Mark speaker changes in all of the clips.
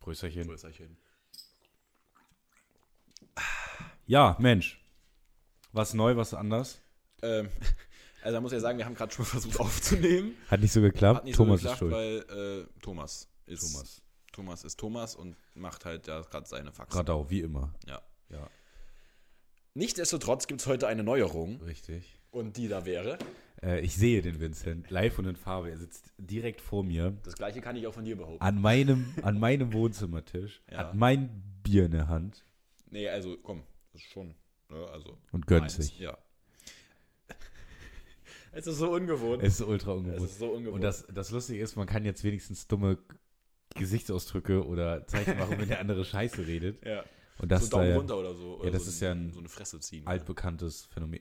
Speaker 1: Prösterchen.
Speaker 2: Prösterchen.
Speaker 1: Ja, Mensch. Was neu, was anders.
Speaker 2: Ähm, also da muss ich ja sagen, wir haben gerade schon versucht aufzunehmen.
Speaker 3: Hat nicht so geklappt.
Speaker 2: Hat nicht
Speaker 3: Thomas
Speaker 2: so
Speaker 3: ist schuld.
Speaker 2: geklappt, weil äh, Thomas ist
Speaker 1: Thomas.
Speaker 2: Thomas ist Thomas und macht halt da gerade seine Faxen.
Speaker 1: Radau, wie immer.
Speaker 2: Ja.
Speaker 1: Ja.
Speaker 2: Nichtsdestotrotz gibt es heute eine Neuerung
Speaker 1: Richtig.
Speaker 2: und die da wäre.
Speaker 1: Äh, ich sehe den Vincent live und in Farbe. Er sitzt direkt vor mir
Speaker 2: Das gleiche kann ich auch von dir behaupten.
Speaker 1: an meinem, an meinem Wohnzimmertisch,
Speaker 2: Ja.
Speaker 1: hat mein Bier in der Hand
Speaker 2: Nee, also komm, das ist schon. Ne, also
Speaker 1: und gönnt
Speaker 2: meins,
Speaker 1: sich.
Speaker 2: Ja. es ist so ungewohnt.
Speaker 1: Es ist ultra
Speaker 2: Es
Speaker 1: ungewohnt.
Speaker 2: ist so ungewohnt.
Speaker 1: Und das, das Lustige ist, man kann jetzt wenigstens dumme Gesichtsausdrücke oder Zeichen machen, wenn der andere Scheiße redet.
Speaker 2: ja.
Speaker 1: Und das
Speaker 2: so
Speaker 1: ist da
Speaker 2: Daumen
Speaker 1: ja
Speaker 2: runter oder so. Oder
Speaker 1: das
Speaker 2: so
Speaker 1: ist ja ein
Speaker 2: so eine Fresse ziehen.
Speaker 1: altbekanntes Phänomen.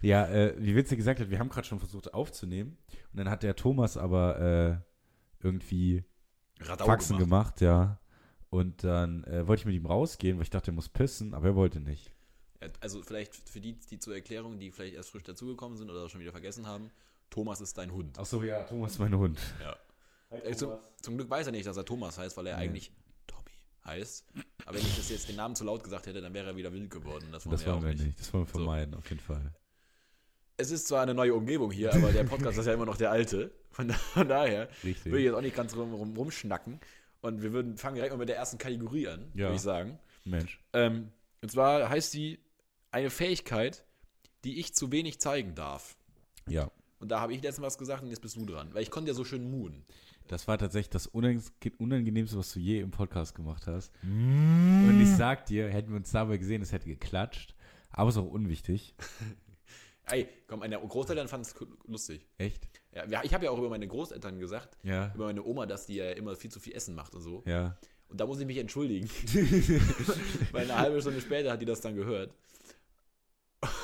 Speaker 1: ja, äh, wie Witze gesagt hat, wir haben gerade schon versucht aufzunehmen. Und dann hat der Thomas aber äh, irgendwie
Speaker 2: Radau
Speaker 1: Faxen
Speaker 2: gemacht.
Speaker 1: gemacht. ja. Und dann äh, wollte ich mit ihm rausgehen, weil ich dachte, er muss pissen, aber er wollte nicht.
Speaker 2: Ja, Also vielleicht für die, die zur Erklärung, die vielleicht erst frisch dazugekommen sind oder das schon wieder vergessen haben, Thomas ist dein Hund.
Speaker 1: Achso, ja, Thomas ist mein Hund.
Speaker 2: Ja. Äh, Zum, zum Glück weiß er nicht, dass er Thomas heißt, weil er eigentlich Tommy heißt. Aber wenn ich das jetzt den Namen zu laut gesagt hätte, dann wäre er wieder wild geworden. Das wollen
Speaker 1: Das
Speaker 2: wir ja
Speaker 1: wollen
Speaker 2: auch
Speaker 1: wir
Speaker 2: nicht.
Speaker 1: nicht. Das wollen wir vermeiden, auf jeden Fall.
Speaker 2: Es ist zwar eine neue Umgebung hier, aber der Podcast ist ja immer noch der alte. Von, da, von daher
Speaker 1: Richtig.
Speaker 2: will ich jetzt auch nicht ganz rum, rum, rumschnacken. Und wir würden fangen direkt mal mit der ersten Kategorie an,
Speaker 1: Ja.
Speaker 2: würde ich sagen.
Speaker 1: Mensch.
Speaker 2: Ähm, und zwar heißt sie eine Fähigkeit, die ich zu wenig zeigen darf.
Speaker 1: Ja.
Speaker 2: Und da habe ich letztens was gesagt und jetzt bist du dran. Weil ich konnte ja so schön moonen.
Speaker 1: Das war tatsächlich das Unange- Unangenehmste, was du je im Podcast gemacht hast. Und ich sag dir, hätten wir uns dabei gesehen, es hätte geklatscht. Aber ist auch unwichtig.
Speaker 2: Ey, komm, einer Großeltern fand es lustig.
Speaker 1: Echt?
Speaker 2: Ja, wir- ich habe ja auch über meine Großeltern gesagt,
Speaker 1: Ja.
Speaker 2: über meine Oma, dass die ja immer viel zu viel Essen macht und so.
Speaker 1: Ja.
Speaker 2: Und da muss ich mich entschuldigen. Weil eine halbe Stunde später hat die das dann gehört.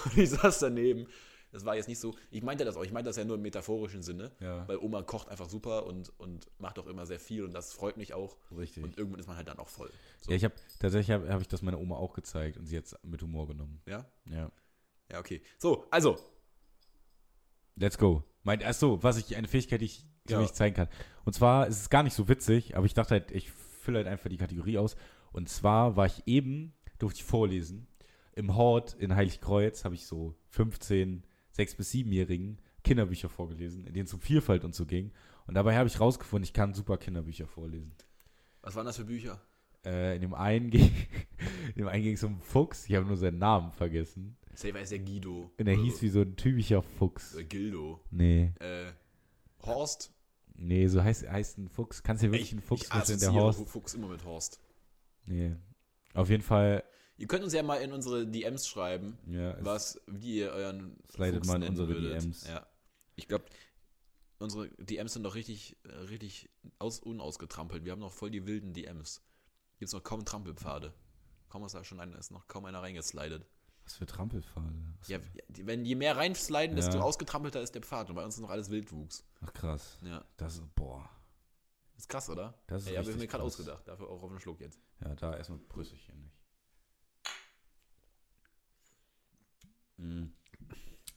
Speaker 2: Und ich saß daneben. Das war jetzt nicht so. Ich meinte das auch. Ich meinte das ja nur im metaphorischen Sinne.
Speaker 1: Ja.
Speaker 2: Weil Oma kocht einfach super und, und macht auch immer sehr viel und das freut mich auch.
Speaker 1: Richtig.
Speaker 2: Und irgendwann ist man halt dann auch voll. So.
Speaker 1: Ja, ich habe tatsächlich habe hab ich das meiner Oma auch gezeigt und sie hat es mit Humor genommen.
Speaker 2: ja?
Speaker 1: Ja.
Speaker 2: Ja, okay. So, also.
Speaker 1: Let's go. Mein, ach so, was ich, eine Fähigkeit, die ich die
Speaker 2: Ja.
Speaker 1: ich zeigen kann. Und zwar ist es gar nicht so witzig, aber ich dachte halt, ich fülle halt einfach die Kategorie aus. Und zwar war ich eben, durfte ich vorlesen, im Hort in Heiligkreuz habe ich so 15, 6- bis 7-Jährigen Kinderbücher vorgelesen, in denen es um Vielfalt und so ging. Und dabei habe ich rausgefunden, ich kann super Kinderbücher vorlesen.
Speaker 2: Was waren das für Bücher?
Speaker 1: Äh, in dem einen ging in dem einen ging es um einen Fuchs, ich habe nur seinen Namen vergessen.
Speaker 2: Safe ist der Guido.
Speaker 1: Und er
Speaker 2: Oder
Speaker 1: hieß
Speaker 2: so.
Speaker 1: wie so ein typischer Fuchs.
Speaker 2: Äh, Gildo.
Speaker 1: Nee,
Speaker 2: Äh, Horst.
Speaker 1: nee, so heißt, heißt ein Fuchs. Kannst du dir wirklich einen Fuchs vorstellen, der
Speaker 2: assoziiere
Speaker 1: Horst?
Speaker 2: Fuchs immer mit Horst.
Speaker 1: Nee. Auf jeden Fall,
Speaker 2: Ihr könnt uns ja mal in unsere DMs schreiben,
Speaker 1: ja, es-
Speaker 2: was, wie ihr euren
Speaker 1: Slidet mal in
Speaker 2: nennen
Speaker 1: unsere DMs.
Speaker 2: Ja. Ich glaube, unsere DMs sind doch richtig, äh, richtig aus, unausgetrampelt. Wir haben noch voll die wilden DMs. Gibt's noch kaum Trampelpfade. Kaum ist da schon einer, ist noch kaum einer reingeslidet.
Speaker 1: was für Trampelpfade. Was-
Speaker 2: Ja, die- wenn je mehr reinsliden, desto
Speaker 1: Ja.
Speaker 2: ausgetrampelter ist der Pfad. Und bei uns ist noch alles Wildwuchs.
Speaker 1: Ach krass.
Speaker 2: Ja.
Speaker 1: Das ist, boah.
Speaker 2: Ist krass, oder?
Speaker 1: Das ist
Speaker 2: Ey, hab ich
Speaker 1: richtig
Speaker 2: mir gerade
Speaker 1: krass.
Speaker 2: ausgedacht. Dafür auch auf den Schluck jetzt.
Speaker 1: Ja, da erstmal Brüsselchen nicht. Mhm.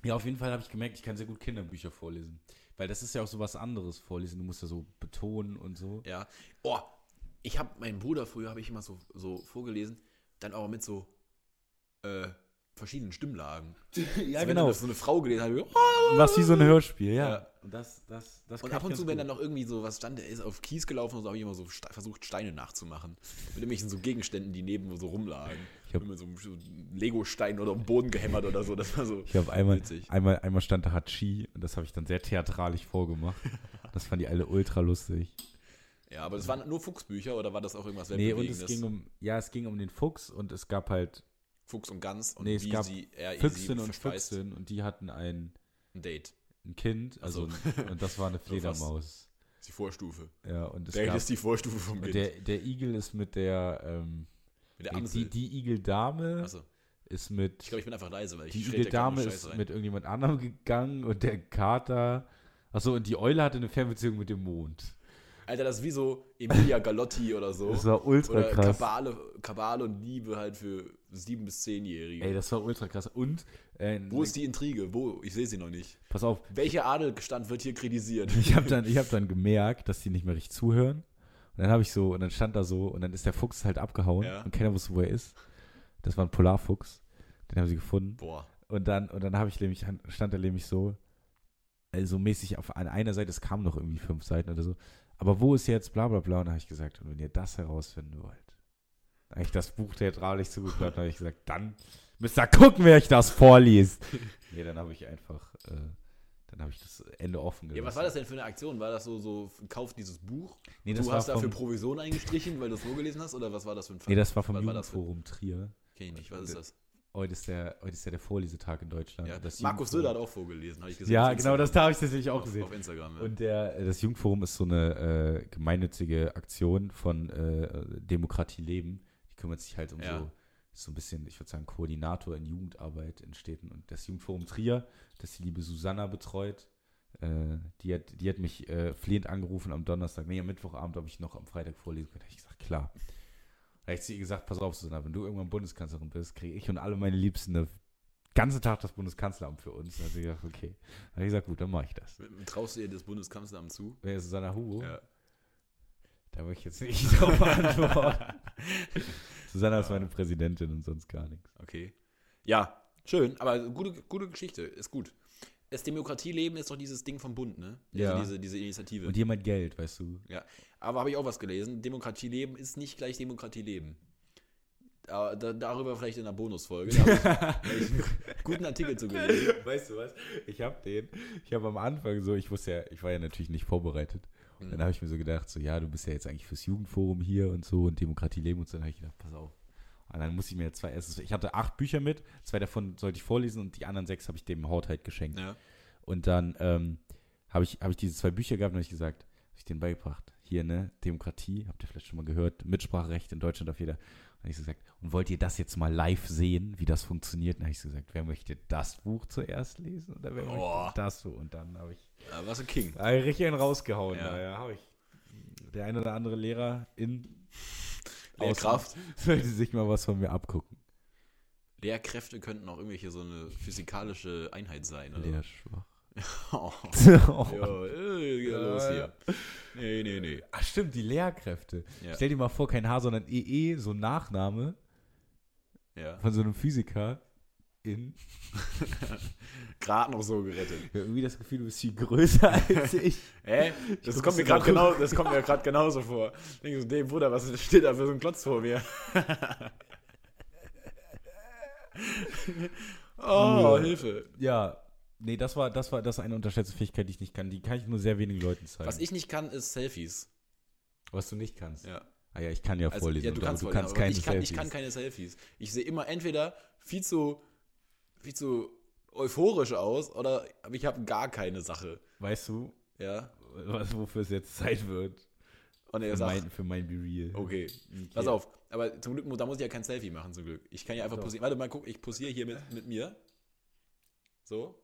Speaker 1: Ja, auf jeden Fall habe ich gemerkt, ich kann sehr gut Kinderbücher vorlesen. Weil das ist ja auch so was anderes vorlesen. Du musst ja so betonen und so.
Speaker 2: Ja. Oh, ich habe meinem Bruder früher habe ich immer so, so vorgelesen, dann auch mit so äh, verschiedenen Stimmlagen. Also
Speaker 1: Ja, genau.
Speaker 2: Wenn dann das so eine Frau gelesen hat, oh,
Speaker 1: Was wie so ein Hörspiel, ja.
Speaker 2: Ja.
Speaker 1: Und das, das, das
Speaker 2: und
Speaker 1: kann
Speaker 2: ab
Speaker 1: ich
Speaker 2: und
Speaker 1: ganz
Speaker 2: zu,
Speaker 1: genau.
Speaker 2: wenn
Speaker 1: gut.
Speaker 2: dann noch irgendwie so was stand, der ist auf Kies gelaufen und so, habe ich immer so ste- versucht, Steine nachzumachen. Mit irgendwelchen so Gegenständen, die neben so rumlagen. Ich
Speaker 1: hab-
Speaker 2: habe immer so, so Lego-Stein oder am Boden gehämmert oder so. Das war so.
Speaker 1: Ich habe einmal,
Speaker 2: Witzig.
Speaker 1: einmal, einmal stand da Hachi und das habe ich dann sehr theatralisch vorgemacht. Das fanden die alle ultra lustig.
Speaker 2: Ja, aber das waren nur Fuchsbücher oder war das auch irgendwas
Speaker 1: Nee, und es
Speaker 2: Weltbewegendes?
Speaker 1: ging um, ja, es ging um den Fuchs und es gab halt
Speaker 2: Fuchs und Gans und
Speaker 1: Nee, es gab
Speaker 2: er
Speaker 1: Füchsin und
Speaker 2: verspeist.
Speaker 1: Füchsin und die hatten ein,
Speaker 2: Ein Date.
Speaker 1: ein Kind, also ein, und das war eine
Speaker 2: So fast.
Speaker 1: Fledermaus.
Speaker 2: Die Vorstufe.
Speaker 1: Ja, und es
Speaker 2: Date
Speaker 1: gab,
Speaker 2: ist die Vorstufe vom
Speaker 1: und
Speaker 2: Kind.
Speaker 1: der, der Igel ist mit der, ähm,
Speaker 2: Mit der
Speaker 1: die,
Speaker 2: Amsel.
Speaker 1: die Igeldame
Speaker 2: Achso.
Speaker 1: ist
Speaker 2: Ich
Speaker 1: mit,
Speaker 2: glaube, ich bin einfach leise, weil ich
Speaker 1: die
Speaker 2: schreit ja gerade
Speaker 1: Igeldame
Speaker 2: nur Scheiße
Speaker 1: ist
Speaker 2: rein.
Speaker 1: mit irgendjemand anderem gegangen und der Kater, achso, und die Eule hatte eine Fernbeziehung mit dem Mond.
Speaker 2: Alter, das ist wie so Emilia Galotti oder so.
Speaker 1: Das war ultra
Speaker 2: oder
Speaker 1: krass.
Speaker 2: Kabale, Kabale und Liebe halt für sieben bis zehnjährige.
Speaker 1: Ey, das war ultra krass. Und, äh,
Speaker 2: Wo ist die Intrige? Wo? Ich sehe sie noch nicht.
Speaker 1: pass auf,
Speaker 2: Welcher Adelstand wird hier kritisiert?
Speaker 1: ich habe dann, ich hab dann gemerkt, dass die nicht mehr richtig zuhören. Und dann habe ich so, und dann stand da so, und dann ist der Fuchs halt abgehauen
Speaker 2: Ja.
Speaker 1: und keiner wusste, wo er ist. Das war ein Polarfuchs. Den haben sie gefunden.
Speaker 2: Boah.
Speaker 1: Und dann, und dann habe ich nämlich, stand da nämlich so, also mäßig auf an einer Seite, es kamen noch irgendwie fünf Seiten oder so. Aber wo ist jetzt bla bla bla? Und dann habe ich gesagt, und wenn ihr das herausfinden wollt, dann habe ich das Buch theatralisch zugeklappt und habe ich gesagt, dann müsst ihr gucken, wer euch das vorliest. nee, dann habe ich einfach, äh, dann habe ich das Ende offen gelassen.
Speaker 2: Ja, was war das denn für eine Aktion? War das so, so kauf dieses Buch?
Speaker 1: Nee, das
Speaker 2: du
Speaker 1: war
Speaker 2: hast dafür
Speaker 1: vom,
Speaker 2: Provision eingestrichen, weil du es vorgelesen hast? Oder was war das für ein
Speaker 1: nee, das war vom
Speaker 2: was war das für-
Speaker 1: Jugendforum Trier.
Speaker 2: Kenn ich nicht, was ist das?
Speaker 1: Heute ist, der, heute ist ja der Vorlesetag in Deutschland.
Speaker 2: Ja.
Speaker 1: Und das
Speaker 2: Markus
Speaker 1: Jugendforum-
Speaker 2: Söder hat auch vorgelesen, habe ich gesehen.
Speaker 1: Ja,
Speaker 2: auf
Speaker 1: genau, das
Speaker 2: Instagram.
Speaker 1: da habe ich tatsächlich auch gesehen.
Speaker 2: Auf, auf Instagram, ja.
Speaker 1: Und der, das Jugendforum ist so eine äh, gemeinnützige Aktion von äh, Demokratie Leben. Die kümmert sich halt um
Speaker 2: Ja.
Speaker 1: so, ist so ein bisschen, ich würde sagen, Koordinator in Jugendarbeit in Städten. Und das Jugendforum Trier, das die liebe Susanna betreut, äh, die, hat, die hat mich äh, flehend angerufen am Donnerstag, nee, am Mittwochabend, ob ich noch am Freitag vorlesen könnte. Da hab ich gesagt, klar. Da habe ich zu ihr gesagt, pass auf, Susanna, wenn du irgendwann Bundeskanzlerin bist, kriege ich und alle meine Liebsten den ganzen Tag das Bundeskanzleramt für uns. Da hat sie gesagt, okay. Da habe ich gesagt, gut, dann mache ich das.
Speaker 2: Traust du ihr das Bundeskanzleramt zu?
Speaker 1: Wer ist Susanna Hugo?
Speaker 2: Ja.
Speaker 1: Da möchte ich jetzt nicht drauf antworten. Susanna ist meine Präsidentin und sonst gar nichts.
Speaker 2: Okay. Ja, schön, aber gute, gute Geschichte, ist gut. Das Demokratieleben ist doch dieses Ding vom Bund, ne? Also
Speaker 1: Ja.
Speaker 2: Diese, diese Initiative.
Speaker 1: Und jemand Geld, weißt du?
Speaker 2: Ja, aber habe ich auch was gelesen. Demokratieleben ist nicht gleich Demokratieleben. Da, da, darüber vielleicht in einer Bonusfolge. Da hab ich einen guten Artikel zu gelesen.
Speaker 1: Weißt du was? Ich habe den, ich habe am Anfang so, ich wusste ja, ich war ja natürlich nicht vorbereitet. Und dann habe ich mir so gedacht, so, ja, du bist ja jetzt eigentlich fürs Jugendforum hier und so und Demokratie leben und so. Dann habe ich gedacht, pass auf. Und dann muss ich mir zwei, es ist- ich hatte acht Bücher mit, zwei davon sollte ich vorlesen und die anderen sechs habe ich dem Hort halt geschenkt.
Speaker 2: Ja.
Speaker 1: Und dann ähm, habe ich, hab ich diese zwei Bücher gehabt und habe ich gesagt, habe ich denen beigebracht. Hier, ne, Demokratie, habt ihr vielleicht schon mal gehört, Mitspracherecht in Deutschland auf jeder. Und ich so gesagt, und wollt ihr das jetzt mal live sehen, wie das funktioniert? Und habe ich so gesagt, wer möchte das Buch zuerst lesen oder wer
Speaker 2: Boah.
Speaker 1: möchte das so? Und dann habe ich
Speaker 2: Aber was ein King.
Speaker 1: hab ich richtig einen rausgehauen.
Speaker 2: Ja.
Speaker 1: Ja, ja habe ich. Der eine oder andere Lehrer in
Speaker 2: Lehrkraft.
Speaker 1: Ausland sollte sich mal was von mir abgucken.
Speaker 2: Lehrkräfte könnten auch irgendwelche so eine physikalische Einheit sein. Oder?
Speaker 1: Lehrschwach.
Speaker 2: Oh, ja, äh, geht los hier. Nee, nee, nee.
Speaker 1: Ach stimmt, die Lehrkräfte.
Speaker 2: Ja.
Speaker 1: Stell dir mal vor, kein H, sondern EE, so ein Nachname
Speaker 2: Ja.
Speaker 1: von so einem Physiker in.
Speaker 2: Gerade noch so gerettet.
Speaker 1: Ich hab irgendwie das Gefühl, du bist viel größer als ich.
Speaker 2: Hä?
Speaker 1: Ich
Speaker 2: Das
Speaker 1: guck
Speaker 2: kommt mir
Speaker 1: bisschen
Speaker 2: gerade
Speaker 1: nach
Speaker 2: genau, das kommt mir gerade genauso vor. Ich denke so, nee, Bruder, was steht da für so ein Klotz vor mir? oh,
Speaker 1: Ja.
Speaker 2: Hilfe.
Speaker 1: Ja. Nee, das war, das war das ist eine unterschätzte Fähigkeit, die ich nicht kann. Die kann ich nur sehr wenigen Leuten zeigen.
Speaker 2: Was ich nicht kann, ist Selfies.
Speaker 1: Was du nicht kannst.
Speaker 2: Ja.
Speaker 1: Ah ja, ich kann ja
Speaker 2: Also,
Speaker 1: vorlesen.
Speaker 2: ja, du
Speaker 1: aber
Speaker 2: kannst,
Speaker 1: du
Speaker 2: vorlesen,
Speaker 1: kannst
Speaker 2: aber
Speaker 1: keine
Speaker 2: ich, kann, ich
Speaker 1: Selfies.
Speaker 2: kann keine Selfies. Ich sehe immer entweder viel zu, viel zu euphorisch aus oder aber ich habe gar keine Sache.
Speaker 1: Weißt du,
Speaker 2: Ja.
Speaker 1: was, wofür es jetzt Zeit wird?
Speaker 2: Und er
Speaker 1: Für
Speaker 2: sagt,
Speaker 1: mein, für mein Be Real.
Speaker 2: okay. Oh, Pass auf, aber zum Glück, mu- da muss ich ja kein Selfie machen, zum Glück. Ich kann ja einfach
Speaker 1: So.
Speaker 2: posieren. Warte mal, guck, ich posiere hier mit, mit mir. So.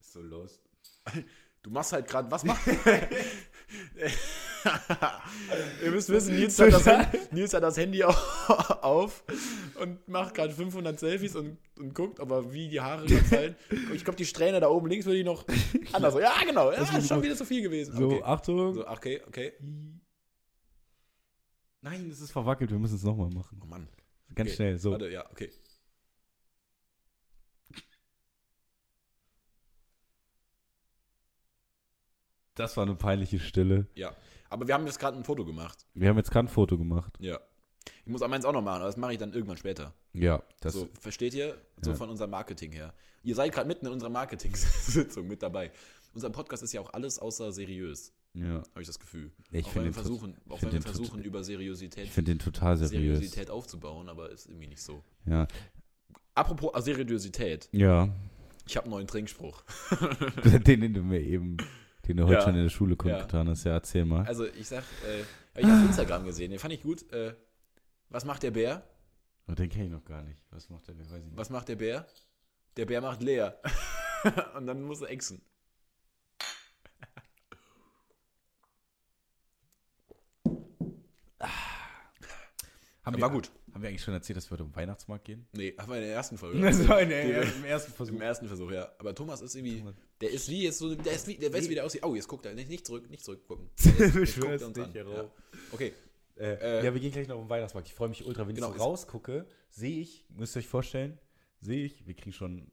Speaker 1: So lost.
Speaker 2: Du machst halt gerade, was macht Ihr müsst wissen, Nils hat das, Handy, Nils hat das Handy au- auf und macht gerade 500 Selfies und, und guckt, ob er wie die Haare gerade fallen. Ich glaube, die Strähne da oben links würde ich noch anders. Ja, genau. Ja,
Speaker 1: Das
Speaker 2: ist
Speaker 1: ist
Speaker 2: schon
Speaker 1: gut.
Speaker 2: wieder zu viel gewesen.
Speaker 1: So,
Speaker 2: okay.
Speaker 1: Achtung.
Speaker 2: So, okay, okay.
Speaker 1: Nein, es ist verwackelt. Wir müssen es nochmal machen.
Speaker 2: Oh Mann.
Speaker 1: Ganz
Speaker 2: okay.
Speaker 1: schnell. So.
Speaker 2: Warte, ja, okay.
Speaker 1: Das war eine peinliche Stille.
Speaker 2: Ja. Aber wir haben jetzt gerade ein Foto gemacht.
Speaker 1: Wir haben jetzt kein Foto gemacht.
Speaker 2: Ja. Ich muss aber meins auch noch machen, aber das mache ich dann irgendwann später.
Speaker 1: Ja, das
Speaker 2: so, versteht ihr? So
Speaker 1: Ja.
Speaker 2: von unserem Marketing her. Ihr seid gerade mitten in unserer Marketing-Sitzung mit dabei. Unser Podcast ist ja auch alles außer seriös,
Speaker 1: ja.
Speaker 2: habe ich das Gefühl.
Speaker 1: Ich
Speaker 2: auch
Speaker 1: finde
Speaker 2: wenn wir
Speaker 1: den,
Speaker 2: versuchen, auch
Speaker 1: find
Speaker 2: wenn wir
Speaker 1: den tot-
Speaker 2: versuchen über Seriosität,
Speaker 1: ich find den total seriös.
Speaker 2: Seriosität aufzubauen, aber ist irgendwie nicht so.
Speaker 1: Ja.
Speaker 2: Apropos ah, Seriosität,
Speaker 1: ja.
Speaker 2: ich habe einen neuen Trinkspruch.
Speaker 1: den, den du mir eben, den du heute
Speaker 2: Ja.
Speaker 1: schon in der Schule
Speaker 2: Ja.
Speaker 1: kundgetan hast. Ja, erzähl mal.
Speaker 2: Also ich sag, äh, hab ich auf Instagram gesehen, den fand ich gut. Äh, was macht der Bär?
Speaker 1: Oh, den kenne ich noch gar nicht. Was macht der? Wer Weiß ich nicht.
Speaker 2: Was macht der Bär? Der Bär macht leer. Und dann muss er exen.
Speaker 1: Haben
Speaker 2: War gut.
Speaker 1: Haben wir eigentlich schon erzählt, dass wir heute um den Weihnachtsmarkt gehen?
Speaker 2: Nee, aber in der ersten Folge.
Speaker 1: Das war in der,
Speaker 2: Die-
Speaker 1: im ersten Versuch.
Speaker 2: Im ersten Versuch, ja. Aber Thomas ist irgendwie.
Speaker 1: Thomas.
Speaker 2: Der ist wie jetzt so. Der, ist wie, der weiß, wie der aussieht. Oh, jetzt guckt er. Nicht, nicht zurück, nicht zurückgucken. Jetzt guckt
Speaker 1: schwör's
Speaker 2: er uns
Speaker 1: dich,
Speaker 2: an.
Speaker 1: Jero.
Speaker 2: Ja. Okay,
Speaker 1: Äh,
Speaker 2: Äh,
Speaker 1: ja, wir gehen gleich noch um den Weihnachtsmarkt. Ich freue mich ultra, wenn
Speaker 2: Genau,
Speaker 1: ich
Speaker 2: ist-
Speaker 1: so rausgucke, sehe ich, müsst ihr euch vorstellen, sehe ich, wir kriegen schon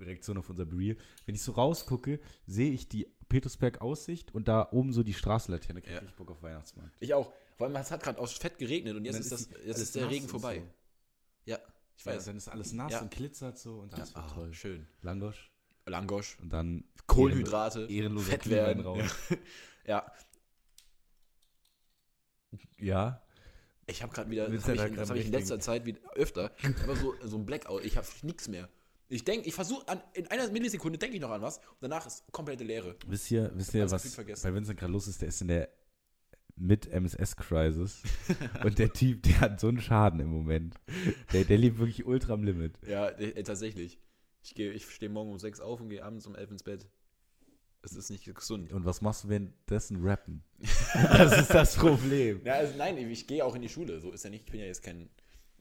Speaker 1: Reaktion auf unser Reel, wenn ich so rausgucke, sehe ich die Petersberg-Aussicht und da oben so die Straßenlaterne, kriege
Speaker 2: Ja.
Speaker 1: ich Bock auf Weihnachtsmarkt.
Speaker 2: ich auch. Vor allem, es hat gerade auch fett geregnet und jetzt
Speaker 1: Dann ist
Speaker 2: ist, das,
Speaker 1: die-
Speaker 2: jetzt
Speaker 1: alles
Speaker 2: ist der
Speaker 1: nass
Speaker 2: Regen
Speaker 1: und
Speaker 2: vorbei.
Speaker 1: so.
Speaker 2: Ja, ich weiß.
Speaker 1: dann ist alles nass
Speaker 2: Ja.
Speaker 1: und glitzert so und das wird
Speaker 2: ah,
Speaker 1: toll.
Speaker 2: Schön.
Speaker 1: Langosch
Speaker 2: Langosch,
Speaker 1: und dann
Speaker 2: Kohlenhydrate,
Speaker 1: ehrenloser
Speaker 2: Fett
Speaker 1: Glühwein
Speaker 2: werden.
Speaker 1: raus.
Speaker 2: Ja,
Speaker 1: Ja.
Speaker 2: ich habe gerade wieder,
Speaker 1: Willst
Speaker 2: das
Speaker 1: du
Speaker 2: habe
Speaker 1: da
Speaker 2: ich,
Speaker 1: grad
Speaker 2: das hab ich in
Speaker 1: nicht
Speaker 2: letzter Zeit wieder öfter, aber so, so ein Blackout. Ich habe nichts mehr. Ich denke, ich versuche, in einer Millisekunde denke ich noch an was und danach ist komplette Leere.
Speaker 1: Wisst ihr, wisst ihr
Speaker 2: alles
Speaker 1: was
Speaker 2: gefühlt vergessen.
Speaker 1: bei Vincent gerade los ist? Der ist in der mit MSS-Crisis und der Typ, der hat so einen Schaden im Moment. Der, der lebt wirklich ultra am Limit.
Speaker 2: Ja, äh, tatsächlich. Ich, gehe- ich stehe morgen um 6 auf und gehe abends um 11 ins Bett. Es ist nicht gesund.
Speaker 1: Und was machst du währenddessen rappen? das ist das Problem.
Speaker 2: Ja, also nein, ich gehe auch in die Schule. So ist ja nicht. Ich bin ja jetzt kein.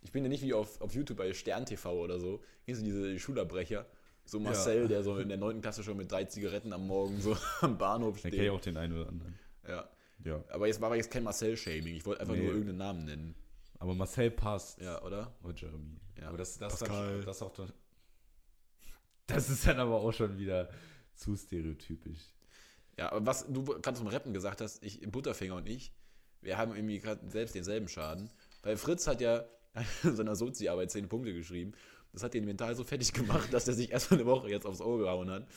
Speaker 2: Ich bin ja nicht wie auf, auf YouTube bei Stern TV oder so. Kennst du diese Schulabbrecher? So Marcel, der so in der 9. Klasse schon mit drei Zigaretten am Morgen so am Bahnhof
Speaker 1: Dann kenne ich
Speaker 2: steht.
Speaker 1: auch den einen oder anderen.
Speaker 2: Ja.
Speaker 1: Ja.
Speaker 2: Aber jetzt war aber jetzt kein Marcel-Shaming. Ich wollte einfach
Speaker 1: Nee.
Speaker 2: nur irgendeinen Namen nennen.
Speaker 1: Aber Marcel passt.
Speaker 2: Ja, oder?
Speaker 1: Und Jeremy.
Speaker 2: Ja.
Speaker 1: Aber das, das,
Speaker 2: Pascal.
Speaker 1: dann, das, auch, dann- das ist dann aber auch schon wieder zu stereotypisch.
Speaker 2: Ja, aber was du gerade zum Rappen gesagt hast, ich, Butterfinger und ich, wir haben irgendwie gerade selbst denselben Schaden. Weil Fritz hat ja in seiner Sozi-Arbeit 10 Punkte geschrieben. Das hat ihn mental so fertig gemacht, dass er sich erstmal eine Woche jetzt aufs Ohr gehauen hat.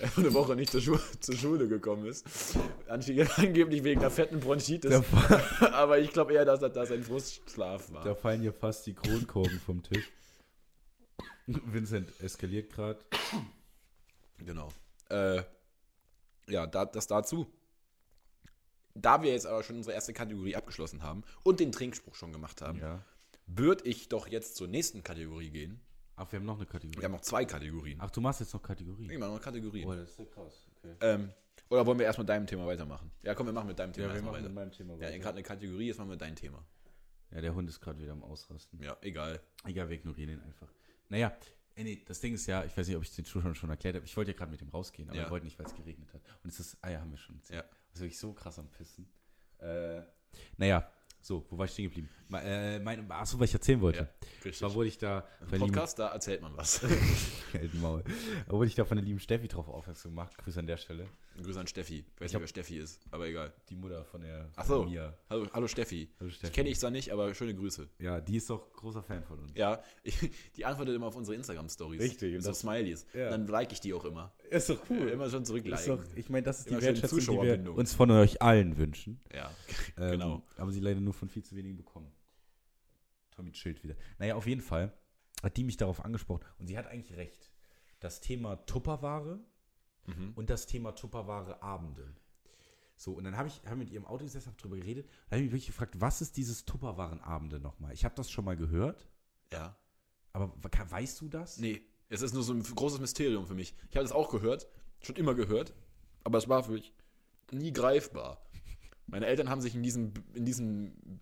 Speaker 2: Erstmal eine Woche nicht zur, Schu zur Schule gekommen ist. Ange angeblich wegen einer fetten Bronchitis. aber ich glaube eher, dass das- dass ein Frustschlaf war.
Speaker 1: Da fallen hier fast die Kronkorken vom Tisch. Vincent eskaliert gerade.
Speaker 2: Genau. Äh, ja, da, das dazu. Da wir jetzt aber schon unsere erste Kategorie abgeschlossen haben und den Trinkspruch schon gemacht haben,
Speaker 1: Ja.
Speaker 2: würde ich doch jetzt zur nächsten Kategorie gehen.
Speaker 1: Ach, wir haben noch eine Kategorie.
Speaker 2: Wir haben noch zwei Kategorien.
Speaker 1: Ach, du machst jetzt noch Kategorien.
Speaker 2: Immer noch Kategorien.
Speaker 1: Oh, das ist ja krass. Okay.
Speaker 2: Ähm, oder wollen wir erstmal deinem Thema weitermachen? Ja, komm, wir machen mit deinem
Speaker 1: Ja,
Speaker 2: Thema
Speaker 1: wir
Speaker 2: erstmal
Speaker 1: machen mit
Speaker 2: weiter.
Speaker 1: meinem Thema
Speaker 2: Ja,
Speaker 1: weiter.
Speaker 2: gerade eine Kategorie, jetzt machen wir dein Thema.
Speaker 1: ja, der Hund ist gerade wieder am Ausrasten.
Speaker 2: Ja, egal.
Speaker 1: Egal, wir ignorieren ihn einfach. Naja, ey, nee, das Ding ist ja, ich weiß nicht, ob ich den Zuschauern schon erklärt habe. Ich wollte ja gerade mit dem rausgehen, aber
Speaker 2: Ja.
Speaker 1: ich wollte nicht, weil es geregnet hat. Und es ist, ah ja, haben wir schon.
Speaker 2: Ja.
Speaker 1: Das ist wirklich so krass am Pissen. Äh, naja, so, wo war ich stehen geblieben? Ma- Äh, mein, achso, was ich erzählen wollte.
Speaker 2: Ja,
Speaker 1: Zwar
Speaker 2: richtig.
Speaker 1: wurde ich da von der lieben-
Speaker 2: Podcast, da erzählt man was.
Speaker 1: Alten Maul. Da wurde ich da von der lieben Steffi drauf aufmerksam gemacht. Grüße an der Stelle.
Speaker 2: Grüße an Steffi. Ich weiß
Speaker 1: hab-
Speaker 2: nicht, wer Steffi ist, aber egal.
Speaker 1: Die Mutter von der von
Speaker 2: Ach so.
Speaker 1: Mia.
Speaker 2: Hallo, hallo Steffi.
Speaker 1: Hallo,
Speaker 2: Ich
Speaker 1: Steffi.
Speaker 2: kenne dich zwar nicht, aber schöne Grüße.
Speaker 1: Ja, die ist doch großer Fan von uns.
Speaker 2: Ja, ich, die antwortet immer auf unsere Instagram-Stories.
Speaker 1: Richtig, und
Speaker 2: So
Speaker 1: das-
Speaker 2: Smileys.
Speaker 1: ja.
Speaker 2: Dann like ich die auch immer.
Speaker 1: Ist doch
Speaker 2: Äh, Immer schon
Speaker 1: Ist doch,
Speaker 2: zurückliken.
Speaker 1: ich meine, das ist
Speaker 2: Immer
Speaker 1: die
Speaker 2: schön
Speaker 1: Wertschätzung, die wir
Speaker 2: Zuschauerbindung.
Speaker 1: uns von euch allen wünschen.
Speaker 2: Ja,
Speaker 1: Ähm,
Speaker 2: genau.
Speaker 1: Haben sie leider nur von viel zu wenigen bekommen. Tommy chillt wieder. Naja, auf jeden Fall hat die mich darauf angesprochen und sie hat eigentlich recht. Das Thema Tupperware
Speaker 2: Mhm.
Speaker 1: und das Thema Tupperware Abende. So, und dann habe ich hab mit ihrem Auto gesessen, habe drüber geredet, dann habe ich mich wirklich gefragt, was ist dieses Tupperwarenabende nochmal? Ich habe das schon mal gehört,
Speaker 2: Ja.
Speaker 1: aber we- ka- weißt du das?
Speaker 2: Nee, es ist nur so ein großes Mysterium für mich. Ich habe das auch gehört, schon immer gehört, aber es war für mich nie greifbar. Meine Eltern haben sich in diesen, in diesen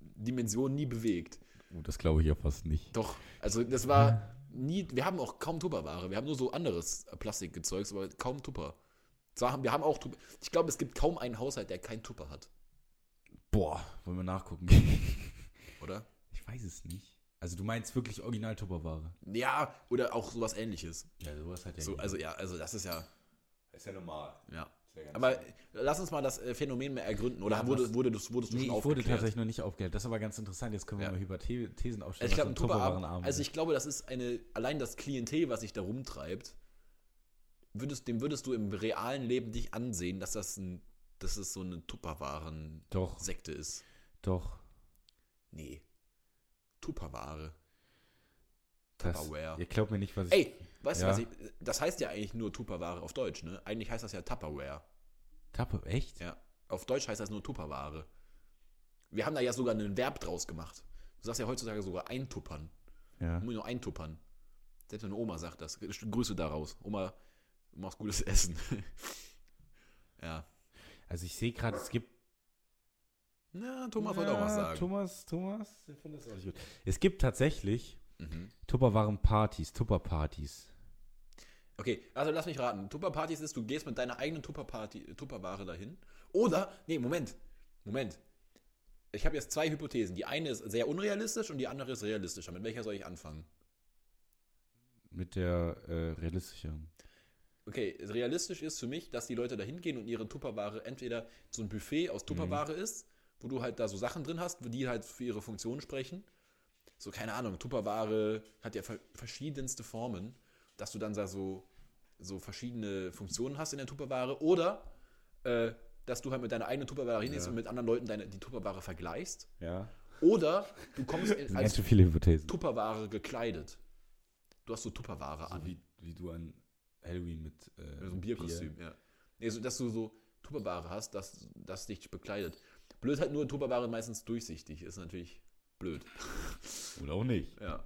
Speaker 2: Dimensionen nie bewegt.
Speaker 1: Oh, das glaube ich ja fast nicht.
Speaker 2: Doch, also das war nie, wir haben auch kaum Tupperware, wir haben nur so anderes äh, Plastikgezeugs, aber kaum Tupper. Zwar haben, wir haben auch Tupper. Ich glaube, es gibt kaum einen Haushalt, der kein Tupper hat,
Speaker 1: Boah, wollen wir nachgucken?
Speaker 2: oder?
Speaker 1: ich weiß es nicht. Also du meinst wirklich original Tupperware?
Speaker 2: Ja, oder auch sowas ähnliches.
Speaker 1: Ja, sowas hat ja
Speaker 2: So, also ja, also das ist ja,
Speaker 1: ist ja normal.
Speaker 2: ja.
Speaker 1: ja ganz
Speaker 2: Aber lass uns mal das äh, Phänomen mehr ergründen, oder
Speaker 1: Ja,
Speaker 2: wurde,
Speaker 1: was-
Speaker 2: wurde, das, wurdest du
Speaker 1: Nee,
Speaker 2: schon
Speaker 1: ich
Speaker 2: aufgeklärt?
Speaker 1: wurde tatsächlich noch nicht aufgeklärt. Das ist aber ganz interessant. Jetzt können wir
Speaker 2: Ja.
Speaker 1: mal über The Thesen aufstellen.
Speaker 2: Also
Speaker 1: was
Speaker 2: ich glaube, ein
Speaker 1: so ein
Speaker 2: Tupperware,
Speaker 1: Tupperwarenabend
Speaker 2: also
Speaker 1: ist.
Speaker 2: ich glaube, das ist eine, allein das Klientel, was sich da rumtreibt, würdest, dem würdest du im realen Leben nicht ansehen, dass das, ein, dass das so eine Tupperwaren-Sekte
Speaker 1: Doch,
Speaker 2: ist.
Speaker 1: doch.
Speaker 2: Nee. Tupperware.
Speaker 1: Das,
Speaker 2: Tupperware.
Speaker 1: ihr glaubt mir nicht, was ich.
Speaker 2: Ey, weißt
Speaker 1: Ja.
Speaker 2: du was? Ich, das heißt ja eigentlich nur Tupperware auf Deutsch, ne? Eigentlich heißt das ja Tupperware.
Speaker 1: Tappe, echt?
Speaker 2: Ja. Auf Deutsch heißt das nur Tupperware. Wir haben da ja sogar einen Verb draus gemacht. Du sagst ja heutzutage sogar eintuppern.
Speaker 1: Ja.
Speaker 2: Man muss nur eintuppern. Selbst meine Oma sagt das. Grüße daraus. Oma, du machst gutes Essen. ja.
Speaker 1: Also ich sehe gerade, es gibt
Speaker 2: Na, Thomas wollte auch was
Speaker 1: Ja,
Speaker 2: sagen.
Speaker 1: Thomas, Thomas, der findet das auch nicht gut. Es gibt tatsächlich
Speaker 2: Mhm.
Speaker 1: Tupperwaren-Partys, Tupperpartys.
Speaker 2: Okay, also lass mich raten. Tupperpartys ist, du gehst mit deiner eigenen Tupperparty, Tupperware dahin. Oder, nee, Moment. Moment. Ich habe jetzt zwei Hypothesen. Die eine ist sehr unrealistisch und die andere ist realistischer. Mit welcher soll ich anfangen?
Speaker 1: Mit der äh, realistischen.
Speaker 2: Okay, realistisch ist für mich, dass die Leute da hingehen und ihre Tupperware entweder so ein Buffet aus Tupperware ist, wo du halt da so Sachen drin hast, die halt für ihre Funktion sprechen. So, keine Ahnung, Tupperware hat ja ver verschiedenste Formen, dass du dann da so, so verschiedene Funktionen hast in der Tupperware oder äh, dass du halt mit deiner eigenen Tupperware hingehst
Speaker 1: Ja.
Speaker 2: und mit anderen Leuten deine, die Tupperware vergleichst.
Speaker 1: Ja.
Speaker 2: Oder du kommst
Speaker 1: Das
Speaker 2: in,
Speaker 1: sind ganz
Speaker 2: als
Speaker 1: schön viele Hypothesen.
Speaker 2: Tupperware gekleidet. Du hast so Tupperware an.
Speaker 1: So wie, wie du an Halloween mit äh,
Speaker 2: Oder so ein Bierkostüm, ja. Nee, so, dass du so Tupperware hast, dass das dich bekleidet. Blöd halt nur, Tupperware meistens durchsichtig. Ist natürlich blöd.
Speaker 1: Oder auch nicht.
Speaker 2: Ja.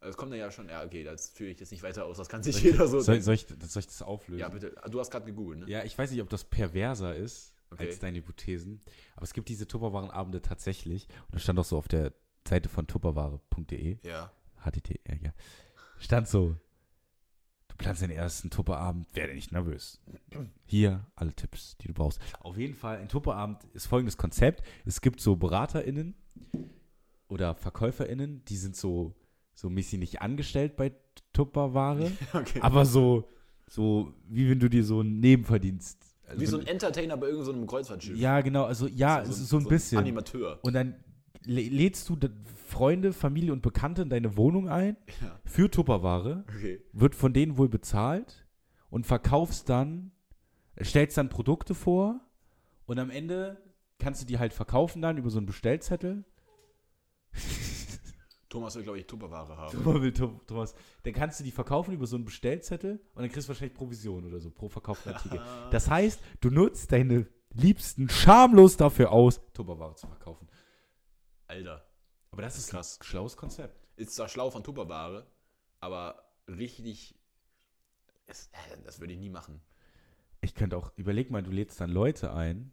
Speaker 2: Es kommt dann ja schon, ja, okay, das führe ich jetzt nicht weiter aus. Das kann sich jeder so.
Speaker 1: Soll, soll, ich, soll ich das auflösen?
Speaker 2: ja, bitte. Ah, Du hast gerade gegoogelt, ne?
Speaker 1: Ja, ich weiß nicht, ob das perverser ist
Speaker 2: Okay.
Speaker 1: als deine Hypothesen, aber es gibt diese Tupperwarenabende tatsächlich. Und das stand auch so auf der Seite von tupperware.de,
Speaker 2: Ja.
Speaker 1: http, äh, ja. Stand so, du planst den ersten Tupperabend, werde nicht nervös. Hier alle Tipps, die du brauchst. Auf jeden Fall, ein Tupperabend ist folgendes Konzept. Es gibt so BeraterInnen oder VerkäuferInnen, die sind so, so mäßig nicht angestellt bei Tupperware.
Speaker 2: Okay.
Speaker 1: Aber so, so wie wenn du dir so einen Nebenverdienst. Also
Speaker 2: Wie so ein
Speaker 1: wenn-
Speaker 2: Entertainer bei irgendeinem so einem Kreuzfahrtschiff.
Speaker 1: ja, genau, also ja, es ist so ein bisschen.
Speaker 2: Animateur.
Speaker 1: Und dann lä- lädst du d- Freunde, Familie und Bekannte in deine Wohnung ein
Speaker 2: Ja.
Speaker 1: für Tupperware,
Speaker 2: Okay.
Speaker 1: wird von denen wohl bezahlt und verkaufst dann, stellst dann Produkte vor und am Ende kannst du die halt verkaufen dann über so einen Bestellzettel.
Speaker 2: Thomas will, glaube ich, Tupperware haben.
Speaker 1: Thomas will Thu- Thomas. Dann kannst du die verkaufen über so einen Bestellzettel und dann kriegst du wahrscheinlich Provision oder so pro verkauften Artikel. Das heißt, du nutzt deine Liebsten schamlos dafür aus, Tupperware zu verkaufen.
Speaker 2: Alter.
Speaker 1: Aber das ist
Speaker 2: Krass.
Speaker 1: ein schlaues Konzept.
Speaker 2: ist zwar schlau von Tupperware, aber richtig. Es, äh, das würde ich nie machen.
Speaker 1: Ich könnte auch, überleg mal, du lädst dann Leute ein,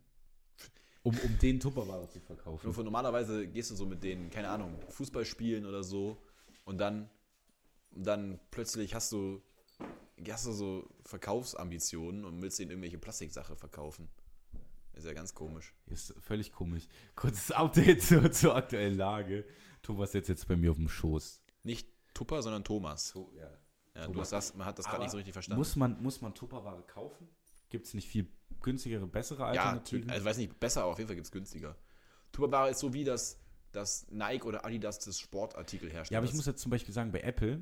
Speaker 1: um, um den Tupperware zu
Speaker 2: Nur
Speaker 1: verkaufen.
Speaker 2: von normalerweise gehst du so mit denen, keine Ahnung, Fußball spielen oder so und dann, und dann plötzlich hast du, hast du so Verkaufsambitionen und willst denen irgendwelche Plastiksache verkaufen. Ist ja ganz komisch.
Speaker 1: Ist völlig komisch. Kurzes Update zur, zur aktuellen Lage. Thomas sitzt jetzt bei mir auf dem Schoß.
Speaker 2: Nicht Tupper, sondern Thomas. Ja, du
Speaker 1: Thomas.
Speaker 2: hast das, man hat das gerade
Speaker 1: Aber
Speaker 2: nicht so richtig verstanden.
Speaker 1: Muss man, muss man Tupperware kaufen? Gibt es nicht viel günstigere, bessere
Speaker 2: Ja,
Speaker 1: Alternativen?
Speaker 2: natürlich. Also weiß nicht, besser, aber auf jeden Fall gibt es günstiger. Tupperware ist so wie das, das Nike oder Adidas des Sportartikel herstellt.
Speaker 1: Ja, aber ich muss jetzt zum Beispiel sagen, bei Apple,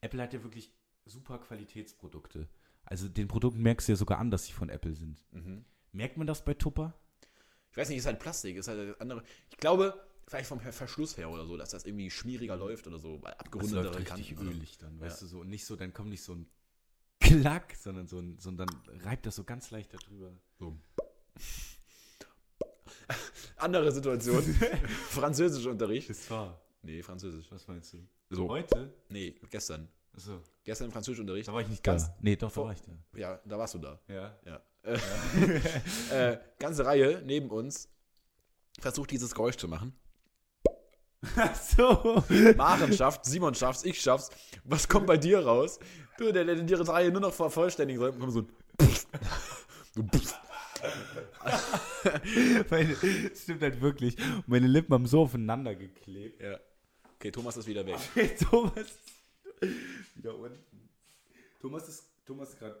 Speaker 1: Apple hat ja wirklich super Qualitätsprodukte. Also den Produkten merkst du ja sogar an, dass sie von Apple sind.
Speaker 2: Mhm.
Speaker 1: Merkt man das bei Tupper?
Speaker 2: Ich weiß nicht, ist halt Plastik, ist halt das andere. Ich glaube, vielleicht vom Ver- Verschluss her oder so, dass das irgendwie schmieriger läuft oder so, weil abgerundetere also Kanten. oder so.
Speaker 1: also, dann,
Speaker 2: weißt
Speaker 1: weißt du so. Und nicht so, dann kommt nicht so ein Klack, sondern so ein, sondern reibt das so ganz leicht darüber.
Speaker 2: Andere Situation. Französischunterricht.
Speaker 1: Das war,
Speaker 2: Nee, Französisch.
Speaker 1: was meinst du?
Speaker 2: So.
Speaker 1: Heute?
Speaker 2: Nee, gestern.
Speaker 1: Achso,
Speaker 2: Gestern im Französischunterricht.
Speaker 1: da war ich nicht
Speaker 2: Ganz-
Speaker 1: da. Nee, doch, da
Speaker 2: vor-
Speaker 1: war ich da.
Speaker 2: Ja, da warst du da.
Speaker 1: Ja.
Speaker 2: Ja. Äh, äh, ganze Reihe neben uns versucht dieses Geräusch zu machen.
Speaker 1: Achso.
Speaker 2: Maren schafft, Simon schafft's, ich schaff's. Was kommt bei dir raus? Du, der, der die Reihe nur noch vervollständigen soll, kommt so ein so ein
Speaker 1: Meine, stimmt halt wirklich. Meine Lippen haben so aufeinander geklebt.
Speaker 2: Ja. Okay, Thomas ist wieder weg.
Speaker 1: Thomas ist wieder unten. Thomas ist, Thomas ist gerade.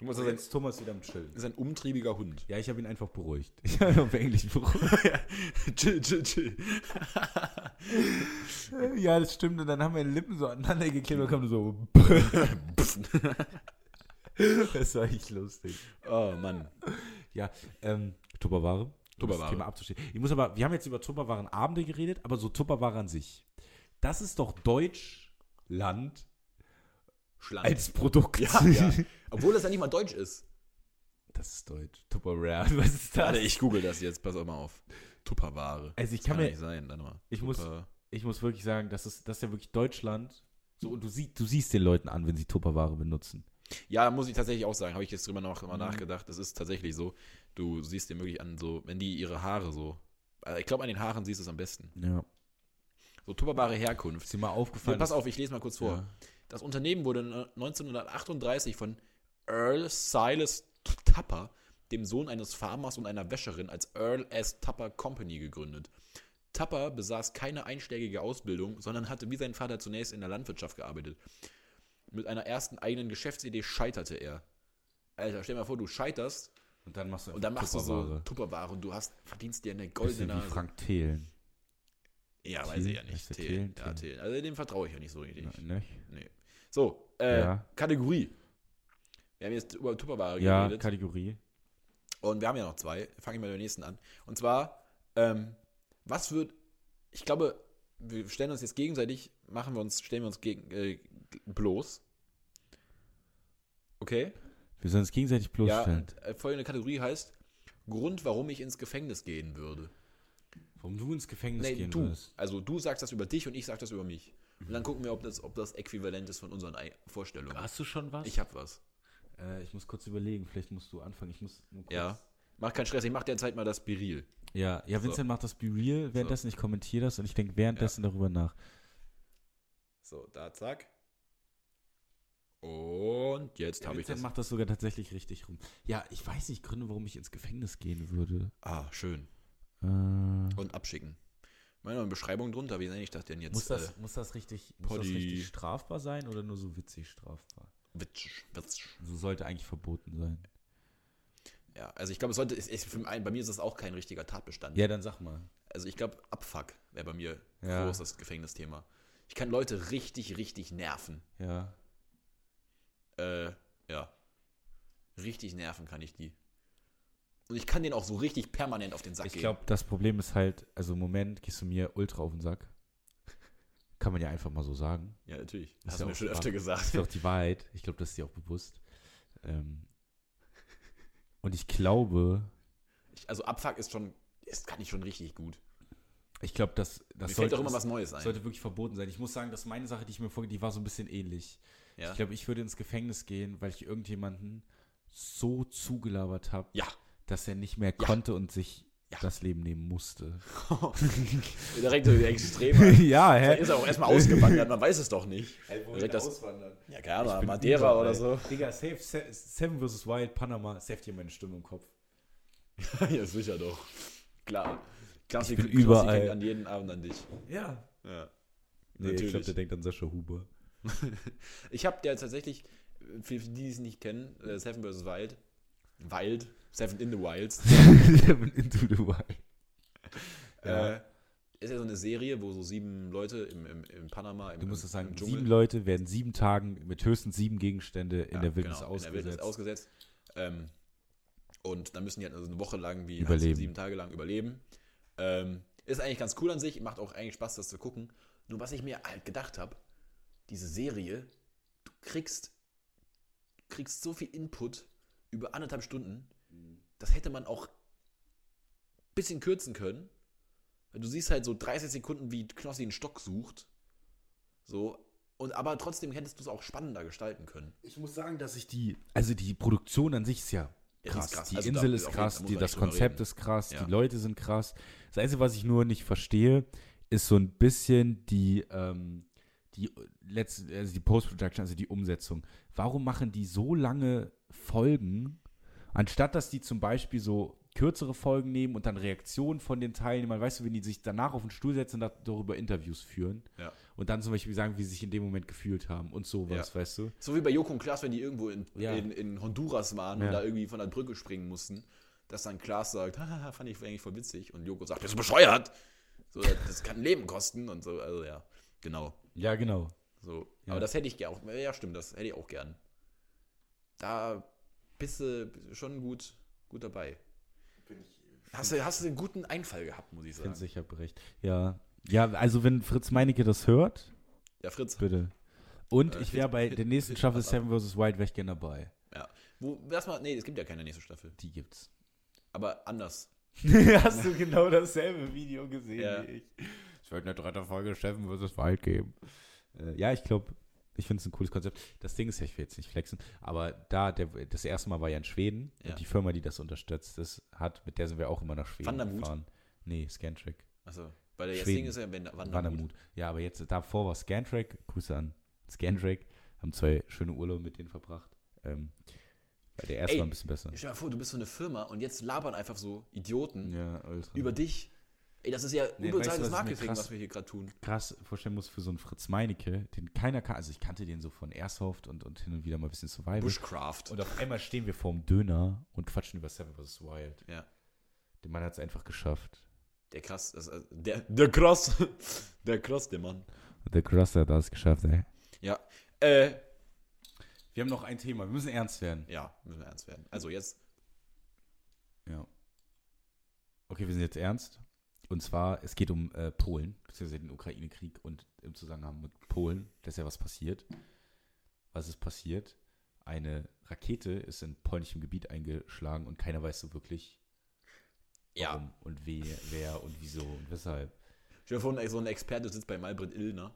Speaker 2: Thomas ist ein,
Speaker 1: Also Jetzt Thomas wieder am Chillen.
Speaker 2: ist ein umtriebiger Hund.
Speaker 1: Ja, ich habe ihn einfach beruhigt. Ich habe ihn auf Englisch beruhigt.
Speaker 2: chill, chill, chill.
Speaker 1: ja, das stimmt. Und dann haben meine Lippen so aneinander geklebt und kam so. das war echt lustig.
Speaker 2: oh Mann.
Speaker 1: Ja, ähm, Tupperware. um
Speaker 2: Tupperware.
Speaker 1: Das Thema abzustehen. Ich muss aber, wir haben jetzt über Tupperwarenabende geredet, aber so Tupperware an sich. Das ist doch Deutschland
Speaker 2: Schlange.
Speaker 1: als Produkt.
Speaker 2: ja, ja. Obwohl das ja nicht mal deutsch ist.
Speaker 1: Das ist deutsch. Tupperware. Was ist das?
Speaker 2: Warte, ich google das jetzt, pass auch mal auf. Tupperware.
Speaker 1: Also ich
Speaker 2: Kann
Speaker 1: kann
Speaker 2: ja
Speaker 1: mir,
Speaker 2: nicht sein, dann mal.
Speaker 1: ich muss,
Speaker 2: Tupper-
Speaker 1: ich muss wirklich sagen, das ist, das ist ja wirklich Deutschland. So, und du, sie, du siehst den Leuten an, wenn sie Tupperware benutzen.
Speaker 2: Ja, muss ich tatsächlich auch sagen. Habe ich jetzt drüber noch mal
Speaker 1: Mhm.
Speaker 2: nachgedacht. Es ist tatsächlich so. Du siehst dir wirklich an, so, wenn die ihre Haare so Also ich glaube, an den Haaren siehst du es am besten.
Speaker 1: Ja.
Speaker 2: So tupperbare Herkunft.
Speaker 1: Ist dir mal
Speaker 2: So,
Speaker 1: aufgefallen?
Speaker 2: pass
Speaker 1: dass-
Speaker 2: auf, ich lese mal kurz vor.
Speaker 1: Ja.
Speaker 2: Das Unternehmen wurde 1938 von Earl Silas Tupper, dem Sohn eines Farmers und einer Wäscherin, als Earl S. Tupper Company gegründet. Tupper besaß keine einschlägige Ausbildung, sondern hatte wie sein Vater zunächst in der Landwirtschaft gearbeitet. Mit einer ersten eigenen Geschäftsidee scheiterte er. Alter, stell dir mal vor, du scheiterst
Speaker 1: Und dann machst du,
Speaker 2: und dann machst du so
Speaker 1: Tupperware.
Speaker 2: Tupperware und du hast, verdienst dir eine goldene
Speaker 1: Bisschen wie
Speaker 2: Nase.
Speaker 1: Frank Thelen.
Speaker 2: Ja, weiß ich ja
Speaker 1: Thiel?
Speaker 2: nicht.
Speaker 1: Heißt der
Speaker 2: Thiel,
Speaker 1: Thiel?
Speaker 2: ja,
Speaker 1: Thiel.
Speaker 2: Thiel. Also dem vertraue ich ja nicht so richtig.
Speaker 1: Ne- nicht?
Speaker 2: Nee. So, äh,
Speaker 1: Ja.
Speaker 2: Kategorie. Wir haben jetzt über Tupperware
Speaker 1: Ja,
Speaker 2: geredet.
Speaker 1: Kategorie.
Speaker 2: und wir haben ja noch zwei. Fange ich mal mit der nächsten an. Und zwar, ähm, was wird, ich glaube, wir stellen uns jetzt gegenseitig, machen wir uns, stellen wir uns gegen, äh, bloß. Okay?
Speaker 1: Wir sollen uns gegenseitig
Speaker 2: ja,
Speaker 1: bloßstellen.
Speaker 2: und, äh, folgende Kategorie heißt Grund, warum ich ins Gefängnis gehen würde.
Speaker 1: Warum du ins Gefängnis
Speaker 2: Nee,
Speaker 1: gehen
Speaker 2: du.
Speaker 1: würdest.
Speaker 2: Also du sagst das über dich und ich sag das über mich. Und dann gucken wir, ob das, ob das äquivalent ist von unseren Ei- Vorstellungen.
Speaker 1: Hast du schon was?
Speaker 2: Ich hab was.
Speaker 1: Äh, ich muss kurz überlegen, vielleicht musst du anfangen. Ich muss nur kurz.
Speaker 2: Ja. Mach keinen Stress, ich mach derzeit mal das Biril.
Speaker 1: Ja, ja Vincent macht das Be Real, währenddessen ich kommentiere das und ich denke währenddessen darüber nach.
Speaker 2: So, da, zack. Und jetzt habe ich
Speaker 1: Vincent
Speaker 2: das.
Speaker 1: macht das sogar tatsächlich richtig rum. Ja, ich weiß nicht Gründe, warum ich ins Gefängnis gehen würde.
Speaker 2: Ah, schön.
Speaker 1: Äh,
Speaker 2: Und abschicken. Meine noch eine Beschreibung drunter, wie nenne ich das denn jetzt?
Speaker 1: muss, das,
Speaker 2: Äh,
Speaker 1: muss, das richtig, muss das
Speaker 2: Poddy.
Speaker 1: richtig strafbar sein oder nur so witzig strafbar?
Speaker 2: witsch, witsch.
Speaker 1: So sollte eigentlich verboten sein.
Speaker 2: Ja, also ich glaube, es sollte. Ist, ist für ein, bei mir ist das auch kein richtiger Tatbestand.
Speaker 1: Ja, dann sag mal.
Speaker 2: Also ich glaube, Abfuck wäre bei mir
Speaker 1: Ja.
Speaker 2: groß das Gefängnisthema. Ich kann Leute richtig, richtig nerven.
Speaker 1: Ja.
Speaker 2: Äh, ja. Richtig nerven kann ich die. Und ich kann denen auch so richtig permanent auf den Sack
Speaker 1: Ich
Speaker 2: gehen.
Speaker 1: glaube, das Problem ist halt, also im Moment gehst du mir ultra auf den Sack. Kann man ja einfach mal so sagen.
Speaker 2: Ja, natürlich.
Speaker 1: Ist
Speaker 2: Hast
Speaker 1: ja
Speaker 2: du mir
Speaker 1: auch
Speaker 2: schon
Speaker 1: Spaß.
Speaker 2: öfter gesagt.
Speaker 1: Das ist auch die Wahrheit. Ich glaube, das ist dir auch bewusst. Ähm, und ich glaube,
Speaker 2: Ich, also Abfuck ist schon, ist kann ich schon richtig gut.
Speaker 1: ich glaube, dass
Speaker 2: Mir
Speaker 1: das
Speaker 2: fällt
Speaker 1: sollte,
Speaker 2: auch immer was Neues ein.
Speaker 1: sollte wirklich verboten sein. Ich muss sagen, dass meine Sache, die ich mir vorgehe, die war so ein bisschen ähnlich.
Speaker 2: ja.
Speaker 1: Ich glaube, ich würde ins Gefängnis gehen, weil ich irgendjemanden so zugelabert habe,
Speaker 2: ja.
Speaker 1: dass er nicht mehr
Speaker 2: Ja.
Speaker 1: konnte und sich
Speaker 2: Ja.
Speaker 1: das Leben nehmen musste.
Speaker 2: Direkt so extrem.
Speaker 1: ja,
Speaker 2: Vielleicht ist er auch erstmal ausgewandert, man weiß es doch nicht. Direkt das-
Speaker 1: auswandern?
Speaker 2: Ja, keine Ahnung,
Speaker 1: bin
Speaker 2: Madeira
Speaker 1: überall.
Speaker 2: oder so.
Speaker 1: Digga, safe, Se- Seven vs. Wild, Panama, safe dir meine Stimme im Kopf.
Speaker 2: ja, sicher doch. Klar. Klassik,
Speaker 1: bin überall.
Speaker 2: denkt an jeden Abend an dich.
Speaker 1: Ja.
Speaker 2: Ja.
Speaker 1: Nee, ich glaube,
Speaker 2: Natürlich.
Speaker 1: der denkt an Sascha Huber.
Speaker 2: Ich habe der tatsächlich, für die, die es nicht kennen, äh, Seven vs. Wild. Wild. Seven in the Wilds.
Speaker 1: Seven into the Wild. Ja.
Speaker 2: Äh, ist ja so eine Serie, wo so sieben Leute im, im, im Panama, im,
Speaker 1: Du musst
Speaker 2: im,
Speaker 1: es sagen,
Speaker 2: im Dschungel,
Speaker 1: sieben Leute werden sieben Tagen mit höchstens sieben Gegenstände in
Speaker 2: Ja,
Speaker 1: der Wildnis
Speaker 2: genau, in der
Speaker 1: ausgesetzt.
Speaker 2: Wildnis ausgesetzt. Ähm, und dann müssen die halt also eine Woche lang, wie
Speaker 1: Überleben.
Speaker 2: heißt es, sieben Tage lang überleben. Ähm, ist eigentlich ganz cool an sich, macht auch eigentlich Spaß, das zu gucken. Nur was ich mir halt gedacht habe, diese Serie, du kriegst, du kriegst so viel Input über anderthalb Stunden, das hätte man auch ein bisschen kürzen können. Weil Du siehst halt so 30 Sekunden, wie Knossi einen Stock sucht. So, und aber trotzdem hättest du es auch spannender gestalten können.
Speaker 1: Ich muss sagen, dass ich die, also die Produktion an sich ist ja
Speaker 2: Ja, die
Speaker 1: krass.
Speaker 2: ist krass.
Speaker 1: Die
Speaker 2: Also da-
Speaker 1: Insel
Speaker 2: auf
Speaker 1: ist
Speaker 2: jeden
Speaker 1: krass,
Speaker 2: Fall muss
Speaker 1: die,
Speaker 2: man
Speaker 1: das
Speaker 2: nicht drüber
Speaker 1: Konzept
Speaker 2: reden.
Speaker 1: ist krass,
Speaker 2: Ja.
Speaker 1: die Leute sind krass. Das Einzige, was ich nur nicht verstehe, ist so ein bisschen die, ähm, die letzte, also die Post-Production, also die Umsetzung. Warum machen die so lange Folgen, anstatt dass die zum Beispiel so kürzere Folgen nehmen und dann Reaktionen von den Teilnehmern, weißt du, wenn die sich danach auf den Stuhl setzen und da- darüber Interviews führen
Speaker 2: Ja.
Speaker 1: und dann zum Beispiel sagen, wie sie sich in dem Moment gefühlt haben und sowas, weißt du?
Speaker 2: So wie bei Joko und Klaas, wenn die irgendwo in,
Speaker 1: Ja.
Speaker 2: in, in Honduras waren und
Speaker 1: Ja.
Speaker 2: da irgendwie von der Brücke springen mussten, dass dann Klaas sagt, haha, fand ich eigentlich voll witzig. Und Joko sagt, bist du bescheuert? So, das, das kann ein Leben kosten und so, also ja, genau.
Speaker 1: Ja, genau.
Speaker 2: So.
Speaker 1: Ja.
Speaker 2: Aber das hätte ich gerne auch. Ja, stimmt, das hätte ich auch gern. Da bist du schon gut, gut dabei. Hast du, hast du einen guten Einfall gehabt, muss ich
Speaker 1: bin
Speaker 2: sagen.
Speaker 1: sicher berecht. Ja. Ja, also wenn Fritz Meinecke das hört,
Speaker 2: Ja, Fritz,
Speaker 1: bitte. Und
Speaker 2: Äh,
Speaker 1: ich wäre bei
Speaker 2: hit-
Speaker 1: der nächsten
Speaker 2: hit-
Speaker 1: Staffel
Speaker 2: was ab.
Speaker 1: Seven vs. Wild wäre ich gerne dabei.
Speaker 2: ja. Wo, lass mal, nee, es gibt ja keine nächste Staffel.
Speaker 1: Die gibt's.
Speaker 2: Aber anders.
Speaker 1: Hast du genau dasselbe Video gesehen
Speaker 2: Ja.
Speaker 1: ich? Es wird eine dritte Folge Seven vs. Wild geben. Äh, ja, ich glaube, ich finde es ein cooles Konzept. Das Ding ist ja, ich will jetzt nicht flexen, aber da, der, das erste Mal war ja in Schweden
Speaker 2: Ja.
Speaker 1: und die Firma, die das unterstützt das hat, mit der sind wir auch immer nach Schweden
Speaker 2: Vandermut?
Speaker 1: gefahren. Nee, Scantrack.
Speaker 2: Also, bei der
Speaker 1: Schweden.
Speaker 2: jetzigen ist ja Wend- Wandermut.
Speaker 1: Wandermut. Ja, aber jetzt davor war Scantrack. Grüße an Scantrack. Haben zwei schöne Urlaube mit denen verbracht. Ähm, weil der erste
Speaker 2: Ey,
Speaker 1: war ein bisschen besser.
Speaker 2: Stell dir mal vor, du bist so eine Firma und jetzt labern einfach so Idioten
Speaker 1: Ja, ultra.
Speaker 2: über dich. Ey, das ist ja
Speaker 1: Nee, weißt du, was
Speaker 2: unbezahltes
Speaker 1: ist mir
Speaker 2: Marketing,
Speaker 1: krass-
Speaker 2: was wir hier gerade tun.
Speaker 1: krass vorstellen muss für so einen Fritz Meinecke, den keiner kann. Also ich kannte den so von Airsoft und, und hin und wieder mal ein bisschen Survival.
Speaker 2: Bushcraft.
Speaker 1: Und auf einmal stehen wir vorm Döner und quatschen über Seven vs. Wild.
Speaker 2: Ja.
Speaker 1: Der Mann hat es einfach geschafft.
Speaker 2: Der krass, das, also der, der krass, der krass, der Mann.
Speaker 1: Der Crosser hat das geschafft, ey.
Speaker 2: Ja, äh,
Speaker 1: Wir haben noch ein Thema, wir müssen ernst werden.
Speaker 2: ja, müssen wir ernst werden. Also jetzt,
Speaker 1: Ja. Okay, wir sind jetzt ernst. Und zwar, es geht um äh, Polen, beziehungsweise den Ukraine-Krieg und im Zusammenhang mit Polen, da ist ja was passiert. Was ist passiert? Eine Rakete ist in polnischem Gebiet eingeschlagen und keiner weiß so wirklich,
Speaker 2: ja.
Speaker 1: warum und wie, wer und wieso und weshalb.
Speaker 2: Stell dir vor, ein- so ein Experte sitzt bei Malbrit Illner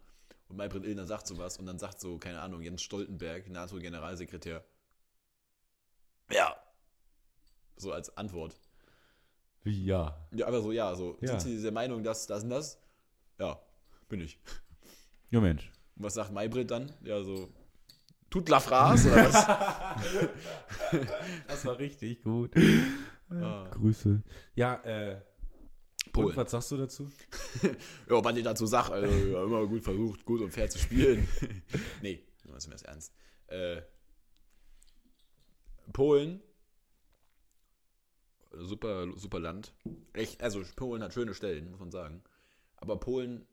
Speaker 2: und Malbrit Illner sagt sowas und dann sagt so, keine Ahnung, Jens Stoltenberg, NATO-Generalsekretär. Ja. So als Antwort.
Speaker 1: Wie ja.
Speaker 2: Ja, einfach so, ja, so.
Speaker 1: Ja.
Speaker 2: Sind Sie der Meinung, dass das und das? Ja, bin ich.
Speaker 1: Ja, Mensch.
Speaker 2: Und was sagt Malbrit dann? Ja, so. Tut la phrase oder was?
Speaker 1: Das war richtig gut.
Speaker 2: Ah.
Speaker 1: Grüße. Ja, äh,
Speaker 2: Polen.
Speaker 1: und was sagst du dazu?
Speaker 2: ja, was ich dazu sag, also ja, immer gut versucht, gut und fair zu spielen. nee, nehmen wir es mir jetzt ernst. Äh, Polen, super, super Land. Echt, also Polen hat schöne Stellen, muss man sagen. Aber Polen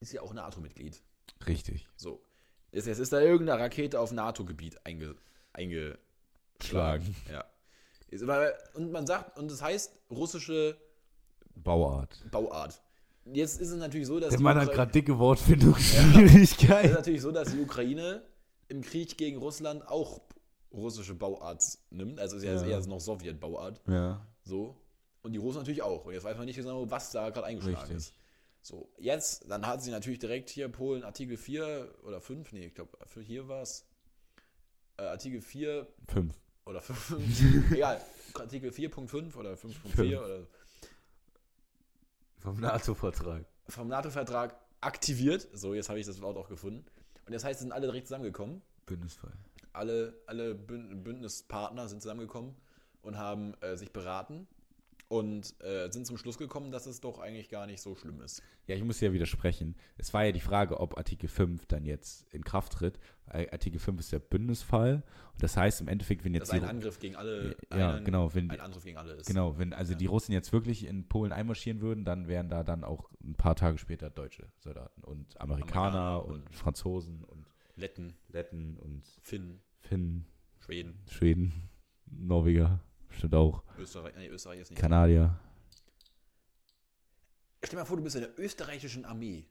Speaker 2: ist ja auch NATO-Mitglied.
Speaker 1: Richtig.
Speaker 2: So. Ist, jetzt ist da irgendeine Rakete auf NATO-Gebiet einge, eingeschlagen.
Speaker 1: Schlagen.
Speaker 2: Ja. Ist, aber- und man sagt, und das heißt russische
Speaker 1: Bauart.
Speaker 2: Bauart. Jetzt ist es natürlich so, dass
Speaker 1: Der
Speaker 2: die
Speaker 1: Mann hat
Speaker 2: Ukrai-
Speaker 1: gerade dicke
Speaker 2: Es ist
Speaker 1: Wortfindungsschwierigkeiten.
Speaker 2: natürlich so, dass die Ukraine im Krieg gegen Russland auch russische Bauart nimmt. Also ist ja,
Speaker 1: Ja.
Speaker 2: eher noch Sowjet-Bauart.
Speaker 1: Ja.
Speaker 2: So. Und die Russen natürlich auch. Und jetzt weiß man nicht genau, was da gerade eingeschlagen
Speaker 1: Richtig.
Speaker 2: ist. So, jetzt, dann hat sie natürlich direkt hier Polen Artikel 4 oder 5, nee, ich glaube, für hier war es. Äh, Artikel 4
Speaker 1: Fünf.
Speaker 2: oder 5, egal, Artikel 4.5 oder 5.4
Speaker 1: Fünf.
Speaker 2: oder so.
Speaker 1: Vom NATO-Vertrag.
Speaker 2: vom NATO-Vertrag aktiviert. So, jetzt habe ich das Wort auch gefunden. Und das heißt, es sind alle direkt zusammengekommen.
Speaker 1: Bündnisfall.
Speaker 2: alle, alle Bünd Bündnispartner sind zusammengekommen und haben äh, sich beraten und äh, sind zum Schluss gekommen, dass es doch eigentlich gar nicht so schlimm ist.
Speaker 1: Ja, ich muss ja widersprechen. Es war ja die Frage, ob Artikel 5 dann jetzt in Kraft tritt. Äh, Artikel 5 ist der Bündnisfall. Und das heißt im Endeffekt, wenn
Speaker 2: Dass
Speaker 1: jetzt.
Speaker 2: ein
Speaker 1: die-
Speaker 2: Angriff gegen alle,
Speaker 1: ja,
Speaker 2: einen,
Speaker 1: genau. Wenn,
Speaker 2: ein Angriff gegen alle ist.
Speaker 1: Genau, wenn also die Russen jetzt wirklich in Polen einmarschieren würden, dann wären da dann auch ein paar Tage später deutsche Soldaten und Amerikaner,
Speaker 2: Amerikaner
Speaker 1: und,
Speaker 2: und-
Speaker 1: Franzosen und
Speaker 2: Letten,
Speaker 1: Letten und
Speaker 2: Finnen,
Speaker 1: Finnen,
Speaker 2: Schweden,
Speaker 1: Schweden, Norweger, bestimmt auch,
Speaker 2: Österreich, nee, Österreich ist nicht.
Speaker 1: Kanadier.
Speaker 2: Stell dir mal vor, du bist in der österreichischen Armee.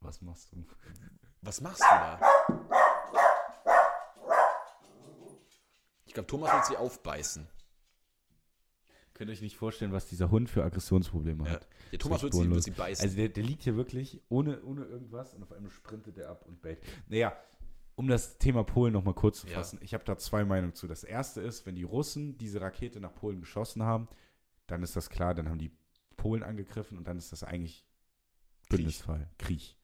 Speaker 1: Was machst du?
Speaker 2: Was machst du da? Ich glaube, Thomas wird sie aufbeißen.
Speaker 1: Könnt ihr euch nicht vorstellen, was dieser Hund für Aggressionsprobleme
Speaker 2: Ja.
Speaker 1: hat.
Speaker 2: Der
Speaker 1: echt
Speaker 2: Thomas wird sie, wird
Speaker 1: bodenlos.
Speaker 2: sie beißen.
Speaker 1: Also der, der liegt hier wirklich ohne, ohne irgendwas und auf einmal sprintet er ab und bellt. Naja, um das Thema Polen nochmal kurz zu
Speaker 2: Ja.
Speaker 1: fassen, ich habe da zwei Meinungen zu. Das erste ist, wenn die Russen diese Rakete nach Polen geschossen haben, dann ist das klar, dann haben die Polen angegriffen und dann ist das eigentlich
Speaker 2: Krieg.
Speaker 1: Bündnisfall, Krieg.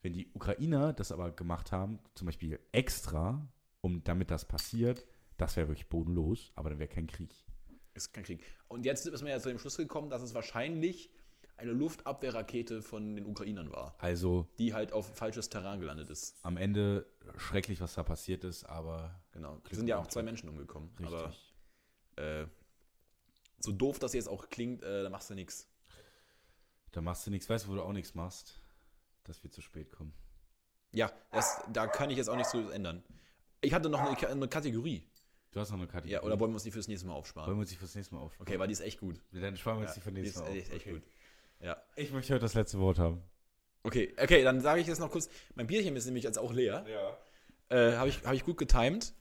Speaker 1: Wenn die Ukrainer das aber gemacht haben, zum Beispiel extra, um damit das passiert, das wäre wirklich bodenlos, aber dann wäre kein Krieg.
Speaker 2: Ist kein Krieg. Und jetzt ist man ja zu dem Schluss gekommen, dass es wahrscheinlich eine Luftabwehrrakete von den Ukrainern war,
Speaker 1: Also
Speaker 2: die halt auf falsches Terrain gelandet ist.
Speaker 1: am Ende schrecklich, was da passiert ist, aber
Speaker 2: Genau. Es sind ja auch zwei Menschen umgekommen.
Speaker 1: richtig.
Speaker 2: Aber äh, so doof das jetzt auch klingt, äh, da machst du nichts.
Speaker 1: Da machst du nichts, weißt du, wo du auch nichts machst, dass wir zu spät kommen.
Speaker 2: Ja, das, da kann ich jetzt auch nichts so ändern. Ich hatte noch eine, Ka- eine Kategorie.
Speaker 1: Du hast noch eine Kategorie.
Speaker 2: Ja, oder wollen wir uns die fürs nächste Mal aufsparen?
Speaker 1: wollen wir uns die fürs nächste Mal auf?
Speaker 2: Okay, weil die ist echt gut.
Speaker 1: Dann sparen wir
Speaker 2: Ja,
Speaker 1: uns die für nächstes Mal
Speaker 2: die
Speaker 1: auf.
Speaker 2: ist echt
Speaker 1: Okay.
Speaker 2: gut. Ja.
Speaker 1: Ich möchte heute das letzte Wort haben.
Speaker 2: Okay, okay, dann sage ich jetzt noch kurz. Mein Bierchen ist nämlich jetzt auch leer.
Speaker 1: Ja.
Speaker 2: Äh, habe ich, hab ich gut getimed.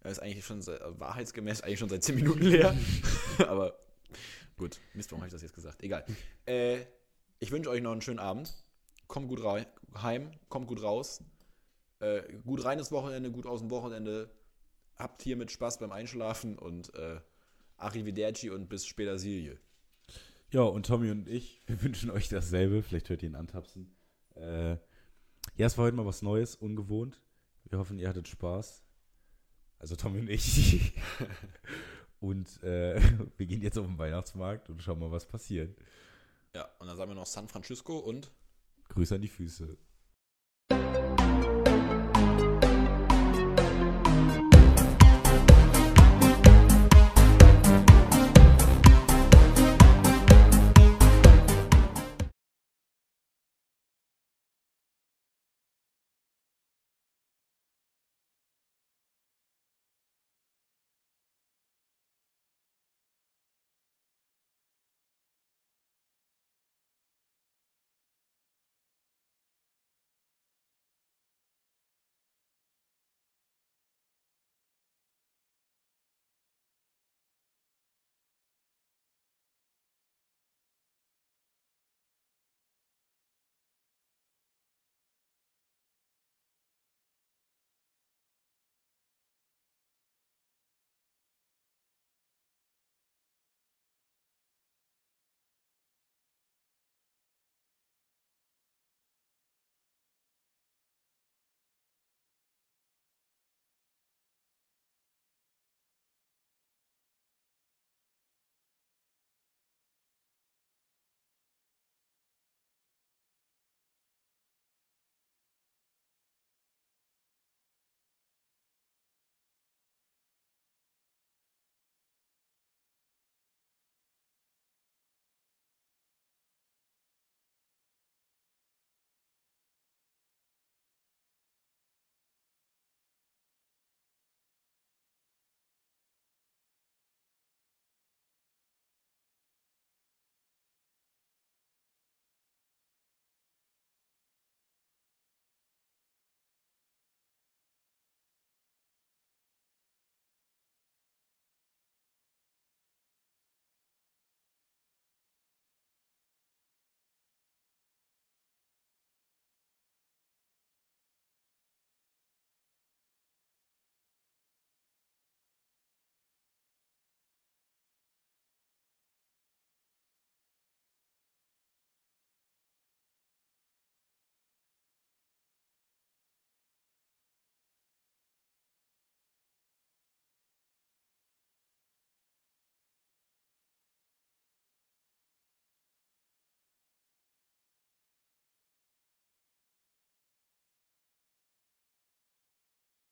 Speaker 2: Er ist eigentlich schon seit, äh, wahrheitsgemäß eigentlich schon seit 10 Minuten leer. Aber gut, Mist, warum habe ich das jetzt gesagt? Egal. Äh, ich wünsche euch noch einen schönen Abend. Kommt gut rei- heim, kommt gut raus. Äh, gut rein ins Wochenende, gut aus dem Wochenende. Habt hiermit Spaß beim Einschlafen und äh, Arrivederci und bis später Silje.
Speaker 1: Ja, und Tommy und ich, wir wünschen euch dasselbe. Vielleicht hört ihr ihn antapsen. Äh, ja, es war heute mal was Neues, ungewohnt. Wir hoffen, ihr hattet Spaß. Also Tommy und ich. und äh, wir gehen jetzt auf den Weihnachtsmarkt und schauen mal, was passiert.
Speaker 2: Ja, und dann sagen wir noch San Francisco und
Speaker 1: Grüße an die Füße.